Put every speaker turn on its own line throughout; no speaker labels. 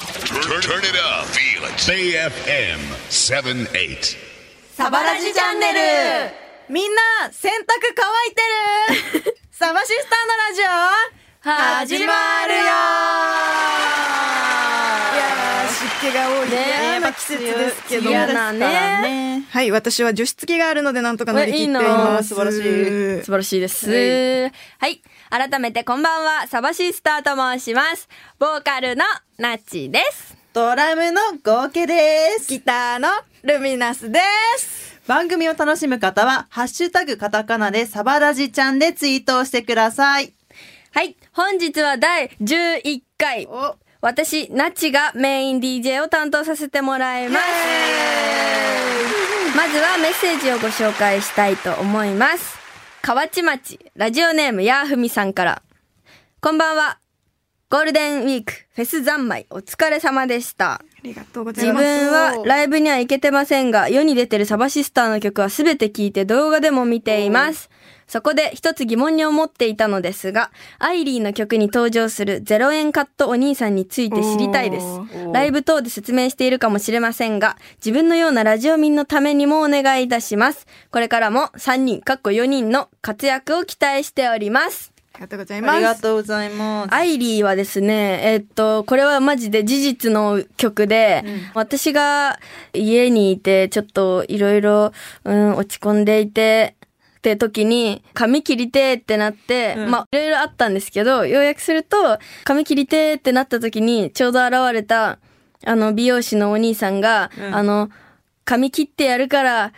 Turn, turn it up. Feel it. BFM 78.
サバラジチャンネルみんな洗濯乾い てるサバシスターのラジオ始まるよ
いやー湿気が多いね
ね
まあ季節ですけど
梅雨ですからね
はい私は除湿器があるのでなんとか乗り切ってい
わ
ます
いいな素晴らしい。素晴らしいです。はい。改めてこんばんは、サバシスターと申します。ボーカルのナッチーです。
ドラムの合計です。
ギターのルミナスです
番組を楽しむ方は、ハッシュタグカタカナでサバラジちゃんでツイートをしてください。
はい。本日は第11回。
お、
私、ナッチがメイン DJ を担当させてもらいます。まずはメッセージをご紹介したいと思います。河内町、ラジオネームやーふみさんから。こんばんは。ゴールデンウィーク、フェス三昧、お疲れ様でした。
ありがとうござい
自
ます
分はライブには行けてませんが、世に出てるサバシスターの曲は全て聴いて動画でも見ています。そこで一つ疑問に思っていたのですが、アイリーの曲に登場する0円カットお兄さんについて知りたいです
お。
ライブ等で説明しているかもしれませんが、自分のようなラジオ民のためにもお願いいたします。これからも3人、かっこ4人の活躍を期待しております。
ありがとうござい
あり
ま
が
す
とうございます。
アイリーはですね、えっと、これはマジで事実の曲で、私が家にいて、ちょっといろいろ、うん、落ち込んでいて、って時に、髪切りてーってなって、
うん
まあ、いろいろあったんですけど、要約すると、髪切りてーってなった時に、ちょうど現れた、あの、美容師のお兄さんが、
うん
あの、髪切ってやるから、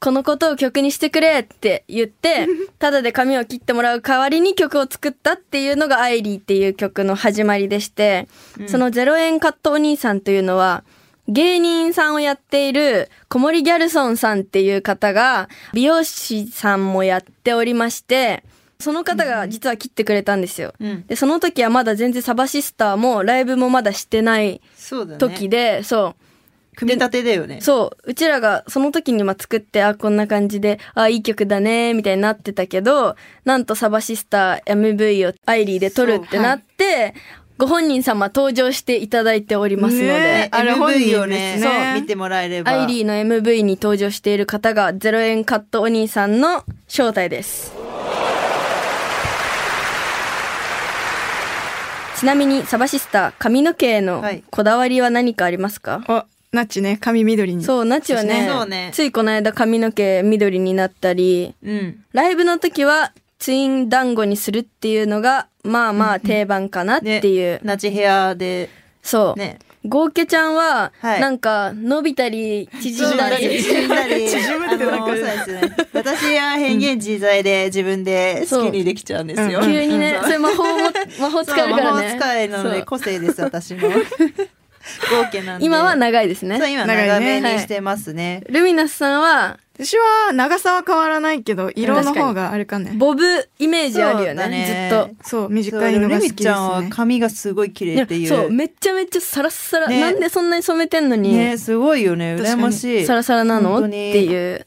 このことを曲にしてくれって言 って、ただで髪を切ってもらう代わりに曲を作ったっていうのがアイリーっていう曲の始まりでして、その0円カットお兄さんというのは、芸人さんをやっている小森ギャルソンさんっていう方が、美容師さんもやっておりまして、その方が実は切ってくれたんですよ。
うん、
で、その時はまだ全然サバシスターもライブもまだしてない
そうだね。
時で、そう。
組み立てだよね。
そう。うちらがその時にまあ作って、あ、こんな感じで、あ、いい曲だね、みたいになってたけど、なんとサバシスター MV をアイリーで撮るってなって、ご本人様登場していただいておりますので、
ねあれ本人で
MV
すね
をね、
そう
見てもらえれば。
アイリーの MV に登場している方が、0円カットお兄さんの正体です。ちなみに、サバシスター、髪の毛への
はい
こだわりは何かありますか、
おナッチね髪緑に
そう、ナチはね
そうね
ついこの間髪の毛緑になったり、
うん。
ライブの時はツイン団子にするっていうのが、まあまあ定番かなっていう。
ナチヘアで、
そう。
ね。
ゴーケちゃんは、
はい
なんか、伸びたり、縮んだり。
縮ん だり。
縮むってなんか
あのそうですね。私は変幻自在で自分で好きにできちゃうんですよ。
急にね、それ魔法 も、魔法使えるからね。
そう魔法使いなの
そ
で
う
個性です私も豪華なんで
今は長いです
そう
ね。
今
長いね
長めにしてますね
ルミナスさんは、
私は長さは変わらないけど色の方があれかね
ボブイメージあるよ
そうだ
ね、
ね
ずっと。
そう
そう
短いのが
ル
好き
ミ
で
ちゃん
す
は
ね
髪がすごい綺麗っていう
そう、めっちゃめっちゃサラッサラ。
ね
なんでそんなに染めてんのに、
ねすごいよね
確
羨
かに
ましい
サラサラなのっ
本当に
ていう。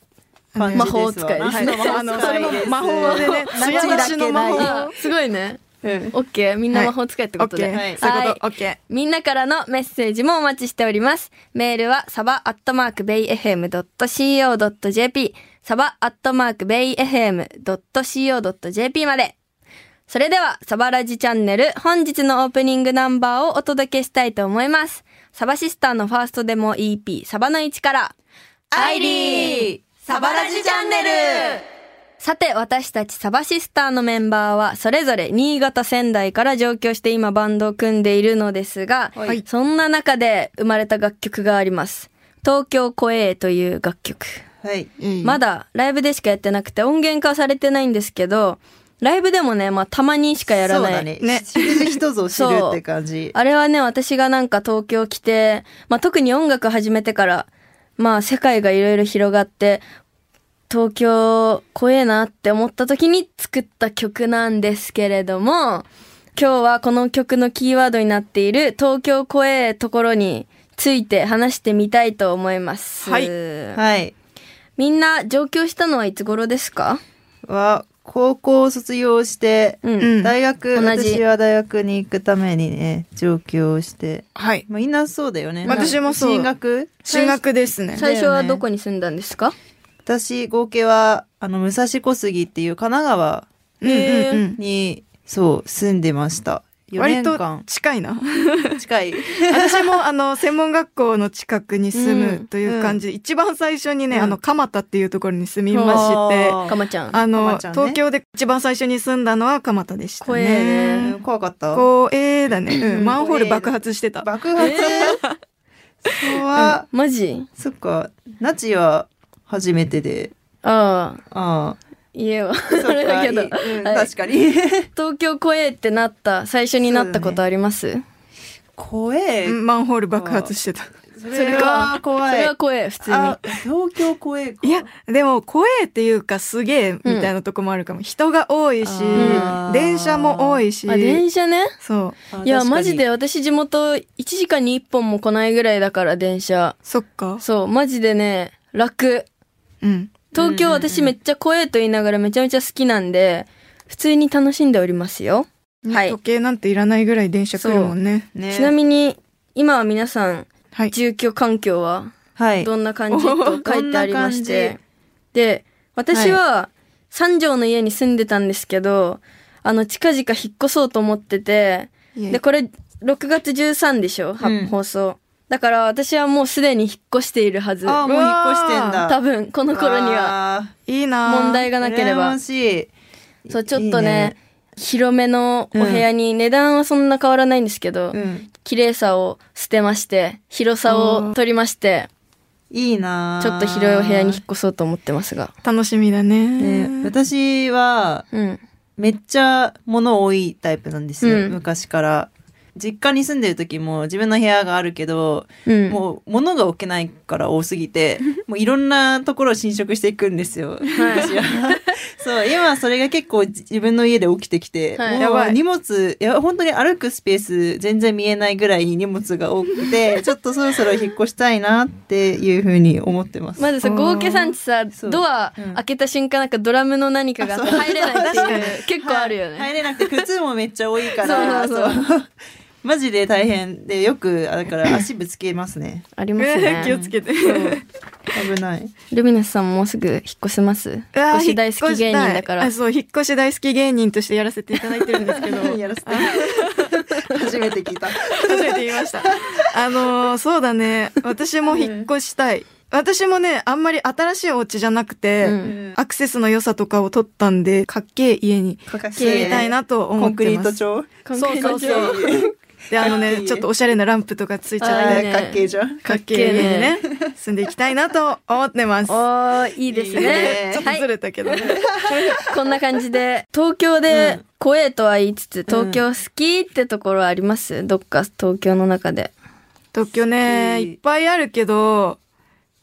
感じです
魔
わ
法使いです
はい
ね
魔
あ
法
のそ
使
れ
い
も
です
魔法で ね
ナ
艶
チ
出
だ
し
け
の魔
ない
法
あすごいね。
うん
オッケー、みんな魔法使いってこ
オッ
と
ケ
で。
ー、
はい
そういう
は
こ
い
とオッケー
みんなからのメッセージもお待ちしております。メールはサバアットマークベイ FM.co.jp サバアットマークベイ FM.co.jp まで。それではサバラジチャンネル本日のオープニングナンバーをお届けしたいと思います。サバシスターのファーストデモ EP サバの1から
アイリーサバラジチャンネル
さて、私たちサバシスターのメンバーは、それぞれ新潟仙台から上京して今バンドを組んでいるのですが、
はい
そんな中で生まれた楽曲があります。東京声という楽曲。
はい
うん
まだライブでしかやってなくて音源化されてないんですけど、ライブでもね、まあたまにしかやら
そう
ない。
だね
ね
知る人ぞ知る
そう
って 感じ
あれはね、私がなんか東京来て、まあ、特に音楽始めてから、まあ、世界がいろいろ広がって、東京怖えなって思った時に作った曲なんですけれども、今日はこの曲のキーワードになっている東京怖えところについて話してみたいと思います。
はい
はい
みんな上京したのはいつ頃ですか
は高校を卒業して、
うん
うん
大学、
同じ
私は大学に行くためにね、上京して。
はい。
まあ、みんなそうだよね。
私もそう
進学
進学ですね。
最初はどこに住んだんですか、
私、合計は、あの、武蔵小杉っていう神奈川
うんうんうん。
に、そう、住んでました。4
割
年
と
間
近いな。
近い。
私もあの専門学校の近くに住
うん
むという感じで、一番最初にね、
うん
あの蒲田っていうところに住みまして、
あー
かまちゃん。
あの、
蒲田ね
東京で一番最初に住んだのは蒲田でした
怖え
ね。
う
ね。
ん怖かった
こうえーだね、うん
うん
マンホール爆発してた。
爆発、怖
マジ
そっか、ナチは初めてで。
ああ、
ああ。
家は。
そっ
それだ
か、
けど
いいうん
はい
確かに。
東京怖えってなった、最初になったことあります、
怖え。
うんマンホール爆発してた。
それは怖
そ
い。
れは怖え、普通に。
あ、東京怖えか。
いや、でも怖えっていうかすげえみたいなとこもあるかも。人が多いし
あー、
電車も多いし
あ、、電車ね。
そう。
あ
いや、
確かに
マジで私地元1時間に1本も来ないぐらいだから、電車。
そっか。
そう、マジでね、楽。
うん。
東京
うんうんうん
私めっちゃ怖えと言いながらめちゃめちゃ好きなんで、普通に楽しんでおりますよ。はい
時。計なんていらないぐらい電車来るもんね。
ね
ちなみに、今は皆さん、
はい。
住居環境は
はい。
どんな感じと書いてありまし
どんな
て
感。
で、私は三条の家に住んでたんですけど、あの、近々引っ越そうと思ってて、で、これ、6月13でしょ、は
うん
放送。だから私はもうすでに引っ越しているはず。
ああ、もう引っ越してんだ。
多分、この頃には。
は。
いいなぁ
問題がなければ
羨ましい。
そう、ちょっ
い
と
い
ね、広めのお部屋に、値段はそんな変わらないんですけど、
うん。
綺麗さを捨てまして、広さを取りまして、
いいなぁ
ちょっと広いお部屋に引っ越そうと思ってますが。
楽しみだね。
ね、私は、
うん。
めっちゃ物多いタイプなんですよ、
うん
昔から。実家に住んでる時も自分の部屋があるけど、
うん。
もう物が置けないから多す ぎて、もういろんなところを侵食していくんですよ。私 はそう、今それが結構自分の家で起きてきて、
はい
もう
やばい
荷物、いや、本当に歩くスペース全然見えないぐらいに荷物が多 くて、ちょっとそろそろ引っ越したいなっていうふうに思ってます。
まずさ、
あー
合計産地さ、
そう
ドア
うん
開けた瞬間なんかドラムの何かがあって入れないって
あそう
いう、結構あるよ
入
ね。
れなくて靴もめっちゃ多いから、
そうそう
そうマジで大変で、よく、あだから足ぶつけますね。
あります
えー気を
ね。
つけて。
危ない。
ルミナスさんもうすぐ引っ越せます引っ
うわ
越し大好き芸人だか
引っ
ら
越し大あ。そう、引っ越し大好き芸人としてやらせていただいてるんですけど、
や らせて。初めて聞いた。
初めて言いました。あのーそうだね。私も引っ越したい。私もね、あんまり新しいお家じゃなくて、
うん
アクセスの良さとかを取ったんで、かっけえ家に
かっ
住みたいなと
コ
思っ
ンク
て
リ
ま
ー
す。
ト調
そうそうそう
コンクリート
いいね
で、あの
かっけ
ね、
え
ちょっとおしゃれなランプとかついちゃっ
あー
か
いいね
て、
っけえじゃん。
かっけえ家にね、住んでいきたいなと思ってます。
おー、いいです
いい
ね
ね。
ちょっ
は
とず
い、
れたけどね。
こんな感じで、東京で怖えとは言いつつ、東京好きってところありますどっか東京の中で。
東京ね、
好き
いっぱいあるけど、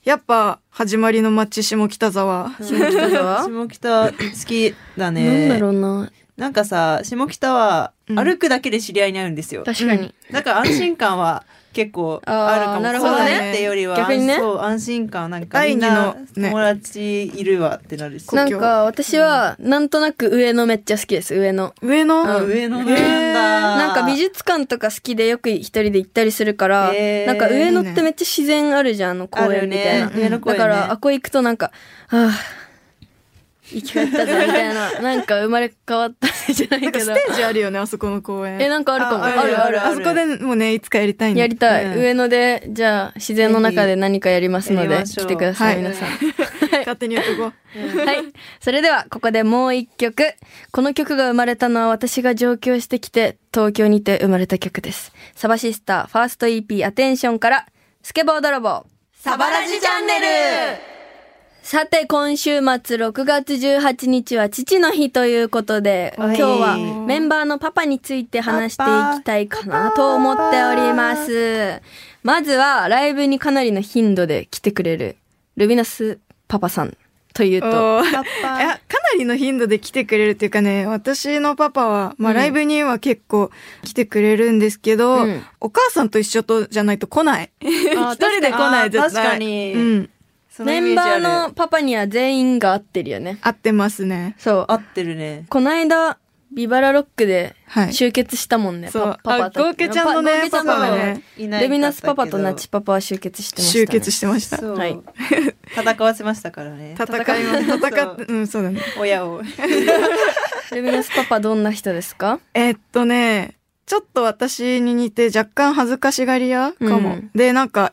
やっぱ、始まりの街、下北沢。
下北沢
下北好きだね。
なんだろうな。
なんかさ、下北は
うん
歩くだけで知り合いになるんですよ。
確かに。
だから安心感は結構あるか
あー
も。
なる
ほどね
そうだってよりは、
逆にね
そう、安心感なんか
第
み
二
んな
のね
友達いるわってなるし。
こ
な
故
ん
郷
か私は、なんとなく上野めっちゃ好きです、上野。
上
あ
の、
上野なんだ。
なんか美術館とか好きでよく一人で行ったりするから、
へー
なんか上野ってめっちゃ自然あるじゃん、あの公
あるよ
園みたいな。
ね。上野公
だ
園ね
から、あこ行くとなんか、はあ、生き返ったぞみたい な、なんか生まれ変わったぜじゃな
ないんか
け
ス
ど。
テージあるよね、あそこの公園。
え、なんかあるかも。あ
ああ
るある
あ
あ
る
そこでもね、いつかやりたいね。
やりたい、
うん
上野で、じゃあ、自然の中で何かやりますの
ぜひや
で、
りましょ
来
う
てください、
はい
皆さん。
勝手にやっとこう。
はい。それでは、ここでもう一曲。この曲が生まれたのは私が上京してきて、東京にて生まれた曲です。サバシスター、ファースト EP、アテンションから、スケボー泥棒。
サバラジチャンネル
さて、今週末6月18日は父の日ということで、
は
今
い
日はメンバーのパパについて話していきたいかなと思っております。まずは、ライブにかなりの頻度で来てくれる、ルビナスパパさんというと、
おー
パ
いや、かなりの頻度で来てくれるっていうかね、私のパパは、まあ、
うん
ライブには結構来てくれるんですけど、
うん
お母さんと一緒とじゃないと来ない。一人で来な
確
い、絶対。
かに
うん。
その
メ
イ
ン
メージあ
バー
る
のパパには全員が合ってるよね。
合ってますね。
そう。
合ってるね。
この間、ビバラロックで
はい
集結したもんね。
そう
パパパ
あゴーケちゃんのね
パゴーケちゃんの
パパがね
いない
ルミナスパパとナ
ち
チパパは集結してました、ね。
集結してました。
そう、
はい
戦わせましたからね。
戦い
戦い
戦
を
って、うん、そうだね。
親を。
ルミナスパパどんな人ですか
えっとね、ちょっと私に似て若干恥ずかしがり屋かも。
うん
で、なんか、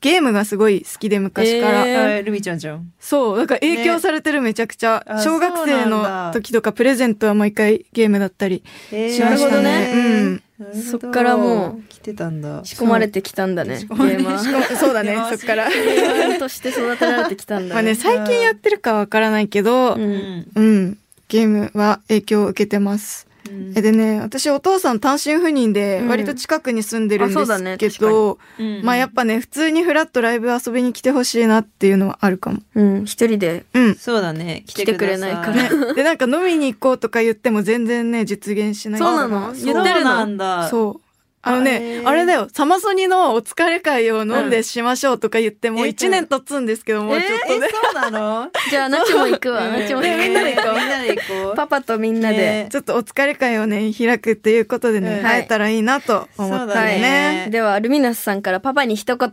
ゲームがすごい好きで昔から。
えー
はいルミちゃんじゃん。
そう、なんか影響
ね
されてるめちゃくちゃ。
あ
小学
そ
生
うなん
の
だ
時とかプレゼントは毎回ゲームだったり。
え
ー
なるほどね
うん
なるほど
そっからもう
来てたんだ。
仕込まれてきたんだね。ゲー マー。
そうだね
出、回
そ
し
っから。
ゲーマーとして育てられてきたん
ま
だ
あ
ね
ね、。最近やってるかわからないけど、
う。
うんん。
うん、ゲームは影響を受けてます。
うん
えでね、私お父さん単身赴任で
うん
割と近くに住んでるん
あそ
で
うだね
すけど、
うん
まあやっぱね、普通にフラッとライブ遊びに来てほしいなっていうのはあるかも。
うん。一人で。
うん。
そうだね。
来てくれないから
ら。
で、なんか飲みに行こうとか言っても全然ね、実現しない
そうなの
そう
言ってるのなんだ。
そう。あの
へ
ね、
ー
あれだよ、サマソニのお疲れ会を飲んでしましょうとか言って、もう
え
1年経つんですけど、もうちょっと
え
ね。
そうなの
じゃあ、ナチも行くわ。ナチも行く
みんなで行こう。みんなで行こう。
パパとみんなで。
ね
ちょっとお疲れ会をね、開くっていうことで
う
ね、
ん
会えたらいいなと思った
そう
り
だ
ね。
ね
では、ルミナスさんからパパに一言。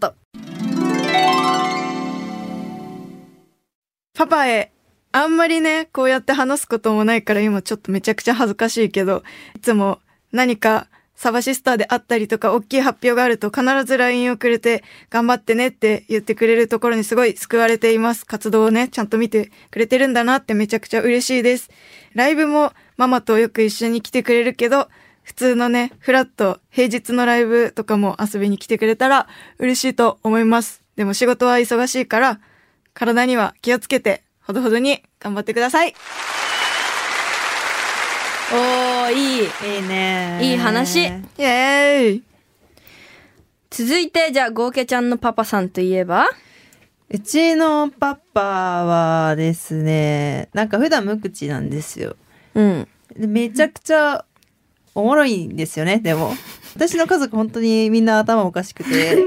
パパへ、あんまりね、こうやって話すこともないから今ちょっとめちゃくちゃ恥ずかしいけど、いつも何かサバシスターであったりとか大きい発表があると必ず LINE をくれて頑張ってねって言ってくれるところにすごい救われています。活動をね、ちゃんと見てくれてるんだなってめちゃくちゃ嬉しいです。ライブもママとよく一緒に来てくれるけど、普通のね、フラット、平日のライブとかも遊びに来てくれたら嬉しいと思います。でも仕事は忙しいから、体には気をつけて、ほどほどに頑張ってください。
おー、いい。
いいね。
いい話
イエーイ
続いて、じゃあ、ゴーケちゃんのパパさんといえば
うちのパパはですね、なんか普段無口なんですよ。
うん。
でめちゃくちゃおもろいんですよね、でも。私の家族本当にみんな頭おかしくて、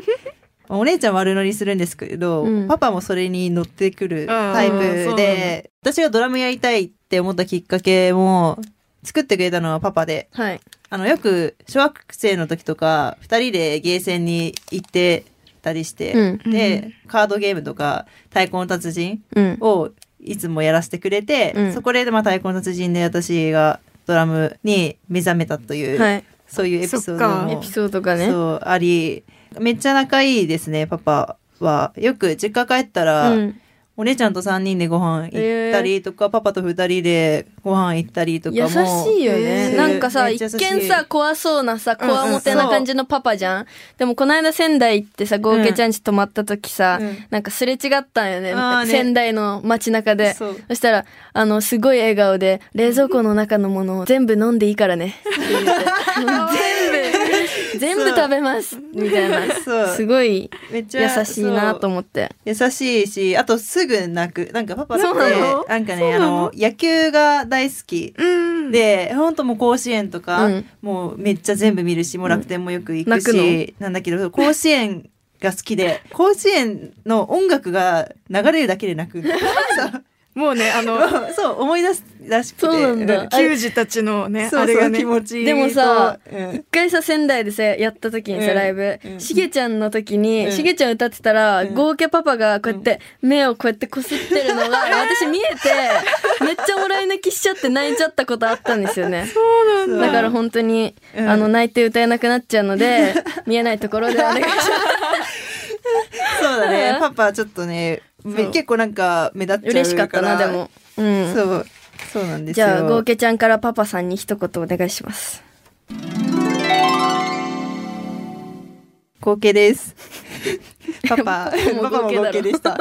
お姉ちゃん悪乗りするんですけど、
うん
パパもそれに乗ってくるタイ
うんそ
プ
うなん
で、私がドラムやりたいって思ったきっかけも、作ってくれたのはパパで、
はい。
あの、よく、小学生の時とか、二人でゲーセンに行ってたりして、
うん
で、カードゲームとか、太鼓の達人
うん。
をいつもやらせてくれて、
うん
そこで、まあ、太鼓の達人で私がドラムに目覚めたという、
はい。
そういうエピソード
そっか
も
エピソードがね。
そうあり、めっちゃ仲いいですね、パパは。よく実家帰ったら、
うん。
お姉ちゃんと三人でご飯行ったりとか、パパと二人でご飯行ったりとかも。
優しいよね、
えー
なんかさ
めっ
一
ちゃ優しい
見さ怖そうなさこわもてな感じのパパじゃん、でもこの間仙台行ってさゴーケちゃんち泊まった時さ、
うん
なんかすれ違ったんよね
あーね
仙台の街中で
そ
そうしたらあのすごい笑顔で冷蔵庫の中のものを全部飲んでいいからねって言って 全部全部食べますみたい
そう
なすごい
めっち
優
ゃ
しいなと思って
優しいし、あとすぐ泣く。なんかパパって、
そうなの
なんかね、あの、野球が大好き。
うん。
で、ほんともう甲子園とか、
うん
もうめっちゃ全部見るし、もう楽天もよく行く
うん泣
し、なんだけど、甲子園が好 きで、甲子園の音楽が流れるだけで 泣く。そう
もうね、あの、
そう、思い出すらしくて。
そうなんだ
球児たちのね、
そう
あれ
そ
が
う、気
ね、
持ちいいと。
でもさ
うん
一回さ仙台でさやった時に
う
さ
ん
ライブ
うん
しげちゃんの時
う
に
ん
しげちゃん歌ってたら
ん
豪華パパがこうやって目をこうやってこすってるの が私見えてめっちゃもらい泣きしちゃって泣いちゃったことあったんですよね
そう
だから本当に
うん
あの泣いて歌えなくなっちゃうの で見えないところでお願いします
そうだね
う。ん
パパちょっとね、め
そう
結構なんか目立っちゃうから。
嬉しかったなでもうん
そう、そうなんです
じ
よ。
ゃあ豪華ちゃんからパパさんに一言お願いします
合 計です。パパ、パ
も
パも
合計だろ
合計でした。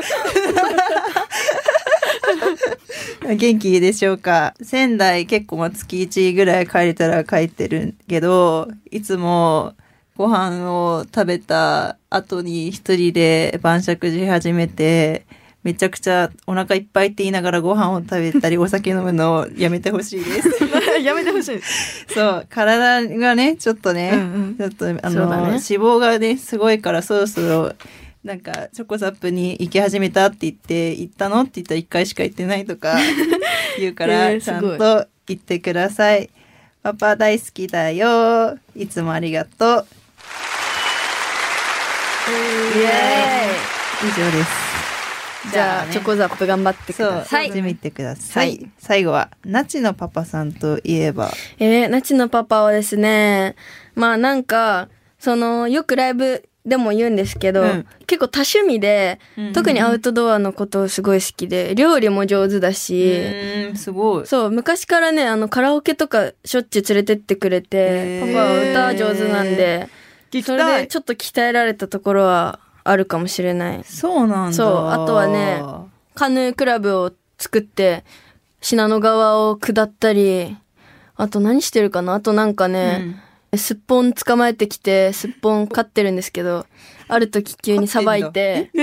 元気でしょうか仙台結構まあ月1ぐらい帰れたら帰ってるけど、いつもご飯を食べた後に一人で晩酌し始めて、めちゃくちゃお腹いっぱいって言いながらご飯を食べたりお酒飲むのをやめてほしいです。
やめてほしい。
そう、体がね、ちょっとね、
うんうん
ちょっと、あ
そうだ
の、
ね
脂肪がね、すごいから、そろそろ、なんか、チョコザップに行き始めたって言って、行ったのって言ったら1回しか行ってないとか言うから、
えー
ち
すご
ゃ
い
んと行ってください。パパ大好きだよ。いつもありがとう。
イエ
以上です。
ーイじゃあ、
ね
チョコザップ頑張ってく
そう、
だ
や
さい。
ってみてください。
はい
最後は、ナチのパパさんといえば、
えー、ナチのパパはですね、まあなんか、その、よくライブでも言うんですけど、
うん
結構多趣味で、
ん
特にアウトドアのことをすごい好きで、料理も上手だし、
ーん、すごい。
そう、昔からね、あの、カラオケとかしょっちゅう連れてってくれて
へ、ー
パパは歌上手なんで、
聞き
それ
た
で
い。
ちょっと鍛えられたところはあるかもしれない。
そうなんだ。
そうあとはねカヌークラブを作って、信濃川を下ったり、あと何してるかなあとなんかね、すっぽん捕まえてきて、すっぽん飼ってるんですけど、ある時急にさばいて、
え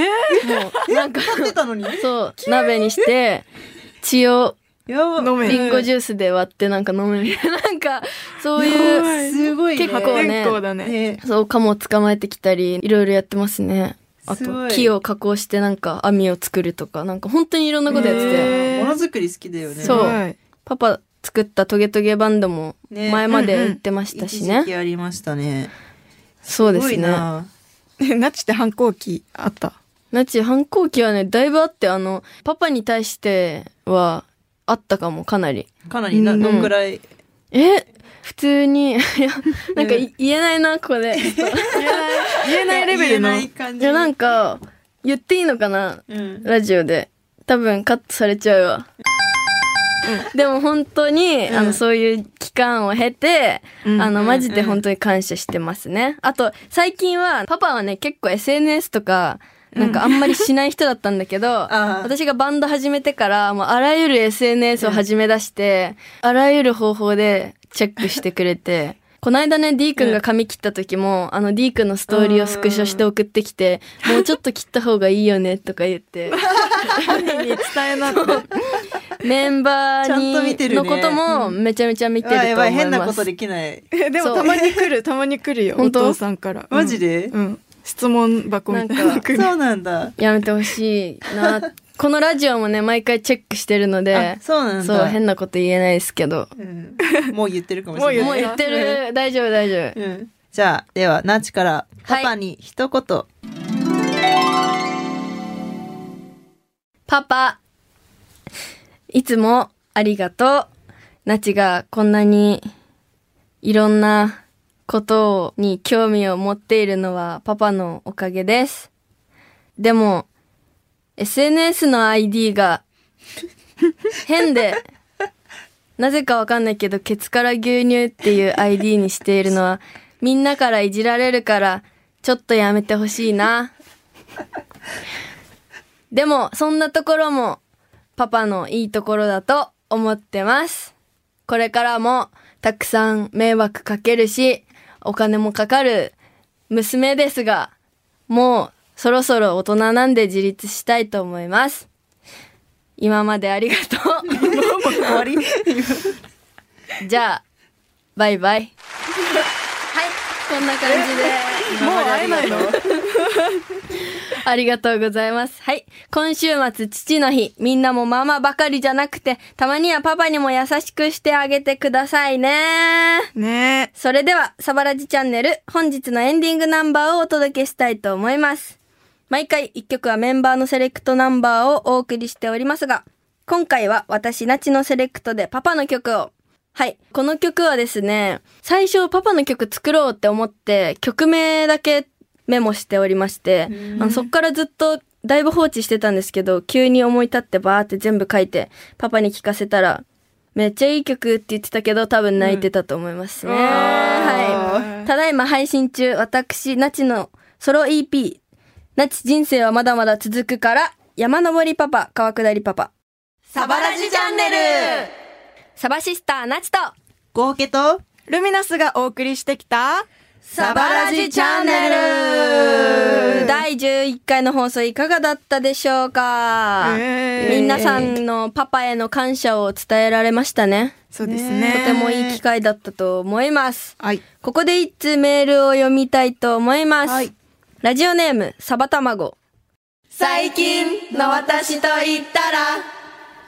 ー
もうなんか、
勝ってたのに
そう、鍋にして、血を
やば
飲め
リンゴジュースで割ってなんか飲むみたいな、なんか、そういう、
すごいね。
結構ね
結構だね。
ね
そう、カモを捕まえてきたり、いろいろやってますね。あ
すご
と、
い
木を加工してなんか網を作るとか、なんか本当にいろんなことやってて。
へー
ものづくり好きだよね。
そう
はい
パパ作ったトゲトゲバンドも
ね
前まで売ってましたし
一
ね。
時期ありましたね。
そうです
ごい
ね。な
な
え ナチって反抗期あった。
ち反抗期はね、だいぶあって、あの、パパに対してはあったかも、かなり。
かなりな、
うん
どんくらい。
え普通に、い や、なんかい 言えないな、ここで。
言えないレベルの。
言えない感
い
じ。
や、なんか、言っていいのかな
うん。
ラジオで。多分カットされちゃうわ。でも本当に、あ
う
の、
ん
そういう期間を経て、
うん
あの、
うん
マジで本当に感謝してますね。あと、最近は、パパはね、結構 SNS とか、なんかあんまりしない人だったんだけど、
あ
私がバンド始めてから、もうあらゆる SNS を始め出して、あらゆる方法でチェックしてくれ て、こないだね、D 君が髪切った時も、あの D 君のストーリーをスクショして送ってきて、もうちょっと切った方がいいよね、とか言 って。
伝えな くて。
メンバ
ちゃんと見
ー
て
に
るね
のこともめちゃめちゃ見てる
あ
と思いま
やば
す。
い、変なことできない。
え で
そ
も
う
たまに来る、たまに来るよ。お
本当
父さんから。
マジ
で
で
うん。質問箱みたいな
な
の
ん
来る。
そうなんだ。
やめてほしいな。このラジオもね、毎回チェックしてるので
あ、そうなん
そう、
だ。
変なこと言えないですけど。
うんもう言ってるかもしれない。
もう言ってる。大丈夫、大丈夫。
うんじゃあ、では、ナチから、
は
パ
い
パに一言。
パパ、いつもありがとう。ナチがこんなにいろんなことに興味を持っているのはパパのおかげです。でも、SNS の ID が変で、なぜかわかんないけど、ケツから牛乳っていう ID にしているのは、みんなからいじられるから、ちょっとやめてほしいな。でも、そんなところも、パパのいいところだと思ってます。これからも、たくさん迷惑かけるし、お金もかかる、娘ですが、もう、そろそろ大人なんで自立したいと思います。今までありがと
終わり
う。じゃあ、バイバイ。はい、こんな感じで。
もう会えないの
ありがとうございます。はい。今週末、父の日。みんなもママばかりじゃなくて、たまにはパパにも優しくしてあげてくださいね。
ね
それでは、サバラジチャンネル、本日のエンディングナンバーをお届けしたいと思います。毎回1曲はメンバーのセレクトナンバーをお送りしておりますが、今回は私、ナチのセレクトでパパの曲を。はい。この曲はですね、最初パパの曲作ろうって思って、曲名だけメモしておりまして、あのそっからずっとだいぶ放置してたんですけど、急に思い立ってバーって全部書いて、パパに聞かせたら、めっちゃいい曲って言ってたけど、多分泣いてたと思いますね。
うん
は
う
い。
ん
ただいま配信中、私、ナチのソロ EP、ナチ人生はまだまだ続くから、山登りパパ、川下りパパ。サ
バラジチャンネル
サバシスターナチと、
合計と、
ルミナスがお送りしてきた
サ
バラジチャンネル
第11回の放送いかがだったでしょうか、
えー
皆さんのパパへの感謝を伝えられましたね。
そうです
ね
ね。
とてもいい機会だったと思います。
はい。
ここで一通メールを読みたいと思います。
はい
ラジオネーム、サバ卵。最近の私と言ったら、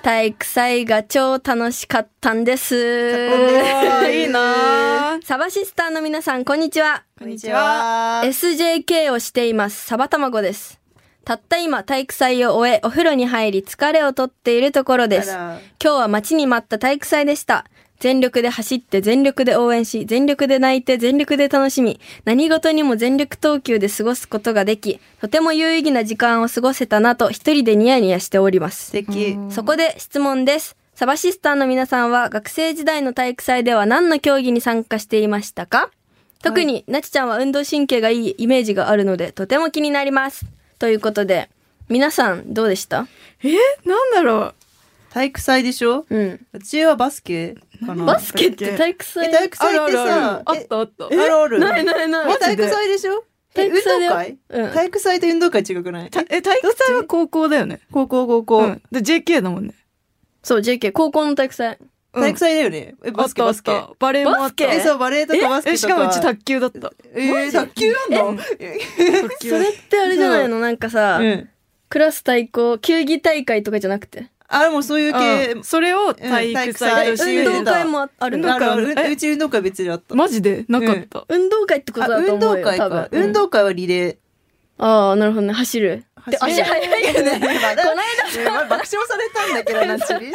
体育祭が超楽しかったんです。
いいなー
サバシスターの皆さん、こんにちは。
こんにちは。
SJK をしていますサバ卵ですたった今体育祭を終えお風呂に入り疲れをとっているところです
あ
今日
ら
は待ちに待った体育祭でした全力で走って全力で応援し全力で泣いて全力で楽しみ何事にも全力投球で過ごすことができとても有意義な時間を過ごせたなと一人でニヤニヤしております
素敵。
そこで質問です。サバシスターの皆さんは学生時代の体育祭では何の競技に参加していましたか特に、なちちゃんは運動神経がいいイメージがあるので、とても気になります。ということで、皆さんどうでした
えなんだろ
体育祭でしょ
うん。
うちはバスケかな。
バスケって体育
え
祭
体育
うあ
祭って
るあるあ
さ
る、あったあった
えあるある。
ないないない。
え体育祭でしょえ
体育祭だよ
運
うん
動会体育祭と運動会違くない
たえ体育祭は高校だよね
高校高
う
校。
んで JK だもんね
そう、JK、高校の体育祭。
うん
体育祭だよね。え、バスケ
あ
バ
っ
ス
た
ケ
あっ。たバレーもあった
バスケ
え、そう、バレエとかバスケとか。
えしかもうち卓球だった
えー、卓球なんだ。
卓
それってあれじゃないのなんかさ、
うん。
クラス対抗、球技大会とかじゃなくて。
あ、もうそういう系
うん。それを体育祭
え
とし
私
て
運動会もあある
運
の
動
あ
会
るある
え
うち運動会別にあった。
マジでなかった、
運動会ってこと
あ
だと
運
思
動
うよ。
会
多
か
分。。
運動会はリレ
ああ、なるほどね。走る。
ー。
で、足
走る
速いよね。この間、
ねま爆笑されたんだけどな、ち
ジ
び。
ャパンジ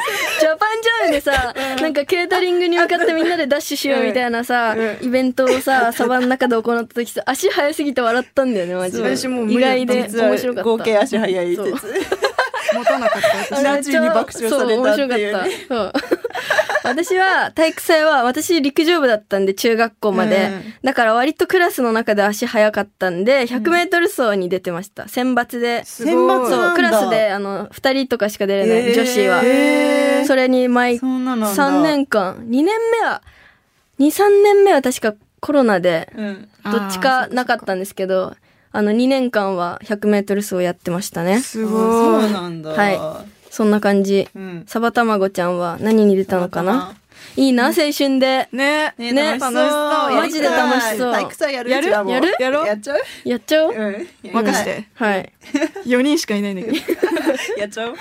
ャーでさ、なんかケータリングに向かってみんなでダッシュしようみたいなさ、イベントをさ、サバの中で行った時さ、足速すぎて笑ったんだよね、マジで。
そう私もう
意
無理だっ
外
た
で
実は
面白かった。
合計足速い
そ
説
う。
持たなかった
あれ
ナチュに爆笑されたっていう
そ
ね
う面白かった。そう 私は体育祭は私陸上部だったんで中学校まで、
うん
だから割とクラスの中で足速かったんで 100m 走に出てました選抜で
ごい
選
そ
抜な
うん
だ
クラスであの2人とかしか出れない、
えー
女子は、
えー
それに毎
そんなのなんだ
3年間2年目は23年目は確かコロナで
うん
どっちかなかったんですけどあの2年間は 100m 走やってましたね
す
あ
ご
そ
いう
なんだ
はそんな感じ
うん
サバたまごちゃんは何に出たのかないいな青春で
ね
ね
ね
楽しそう
マジで楽しそう
やりたい体育祭やる
やる
うちらも
やるやろう
やっちゃう
やっちゃおう
うんやり
任
た
し
い
て
はい
4人しかいないんだけど
やっちゃおう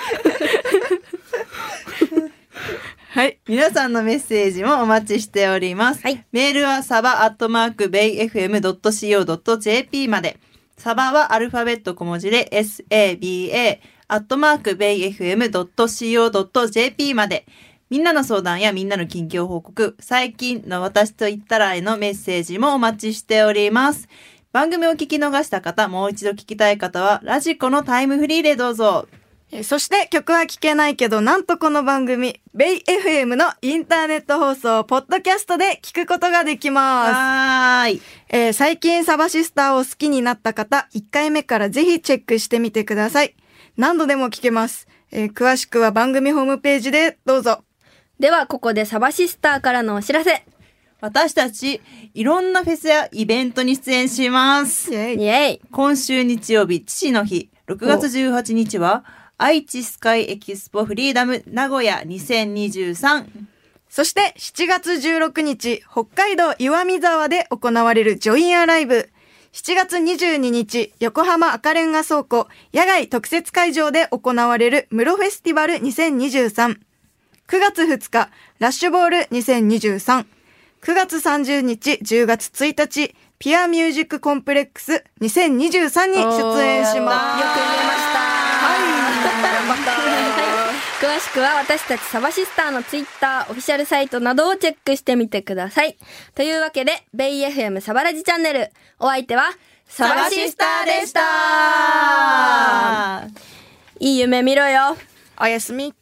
はい
皆さんのメッセージもお待ちしております、
はい
メールはサバアットマークベイ FM.co.jp までサバはアルファベット小文字で SABA アットマークベイ FM.co.jp までみんなの相談やみんなの近況報告最近の私と言ったらへのメッセージもお待ちしております番組を聞き逃した方もう一度聞きたい方はラジコのタイムフリーでどうぞ
えーそして曲は聴けないけど、なんとこの番組、ベイ FM のインターネット放送、ポッドキャストで聞くことができます。
はーい
えー最近サバシスターを好きになった方、1回目からぜひチェックしてみてください。何度でも聞けます。えー詳しくは番組ホームページでどうぞ。
ではここでサバシスターからのお知らせ
私たち、いろんなフェスやイベントに出演します。
イエイ
今週日曜日、父の日、6月18日は、愛知スカイエキスポフリーダム名古屋2023。
そして7月16日、北海道岩見沢で行われるジョインアライブ。7月22日、横浜赤レンガ倉庫野外特設会場で行われる室フェスティバル2023。9月2日、ラッシュボール2023。9月30日、10月1日、ピアミュージックコンプレックス2023に出演します。
よく見えました
はい。
詳しくは私たちサバシスターのツイッター、オフィシャルサイトなどをチェックしてみてください。というわけで、ベイ FM サバラジチャンネル、お相手は、サバシスターでしたいい夢見ろよ
おやすみ。